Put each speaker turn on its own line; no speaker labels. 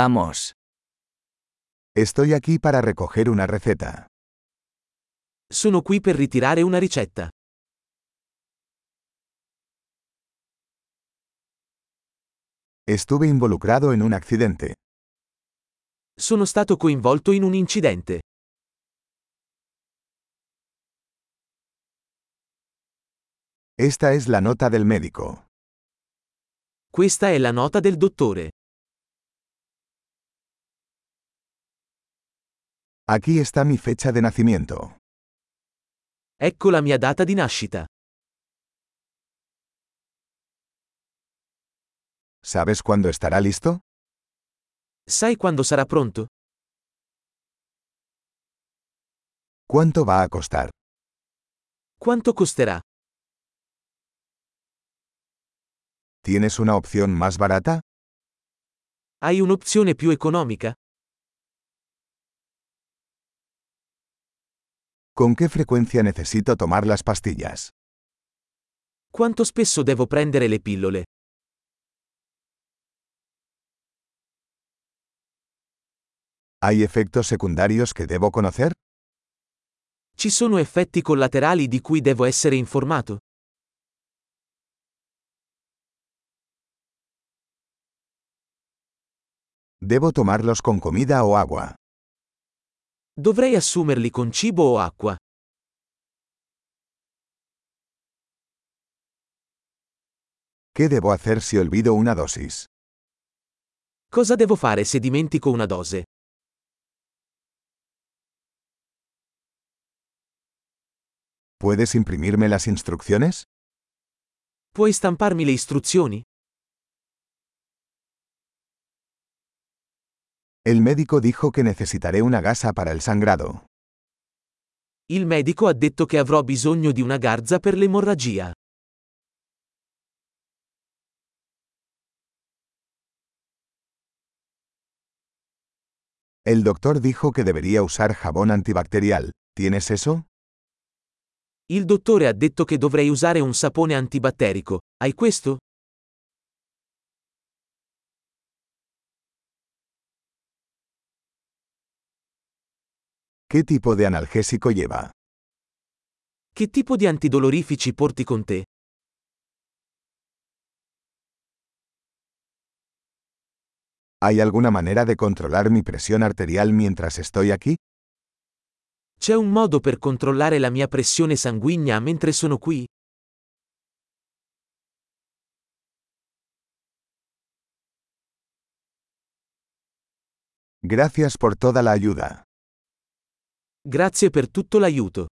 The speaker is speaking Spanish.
Vamos.
Estoy aquí para recoger una receta.
Sono qui per ritirare una ricetta.
Estuve involucrado en un accidente.
Sono stato coinvolto in un incidente.
Esta es la nota del médico.
Questa è la nota del dottore.
Aquí está mi fecha de nacimiento.
Ecco la mia data di nascita.
¿Sabes cuándo estará listo?
Sai quando sarà pronto?
¿Cuánto va a costar?
Quanto costerà?
¿Tienes una opción más barata?
Hai un'opzione più economica?
¿Con qué frecuencia necesito tomar las pastillas?
Quanto spesso devo prendere le pillole?
¿Hay efectos secundarios que debo conocer?
Ci sono effetti collaterali di cui devo essere informato?
¿Debo tomarlos con comida o agua?
Dovrei assumerli con cibo o acqua?
¿Qué debo hacer si olvido una dosis?
Cosa devo fare se dimentico una dose?
¿Puedes imprimirme las instrucciones?
Puoi stamparmi le istruzioni?
El médico dijo que necesitaré una gasa para el sangrado.
Il medico ha detto che avrò bisogno di una garza per l'emorragia.
El doctor dijo que debería usar jabón antibacterial. ¿Tienes eso?
Il dottore ha detto che dovrei usare un sapone antibatterico. Hai questo?
¿Qué tipo de analgésico lleva?
Che tipo di antidolorifici porti con te?
¿Hay alguna manera de controlar mi presión arterial mientras estoy aquí?
C'è un modo per controllare la mia pressione sanguigna mentre sono qui?
Gracias por toda la ayuda.
Grazie per tutto l'aiuto.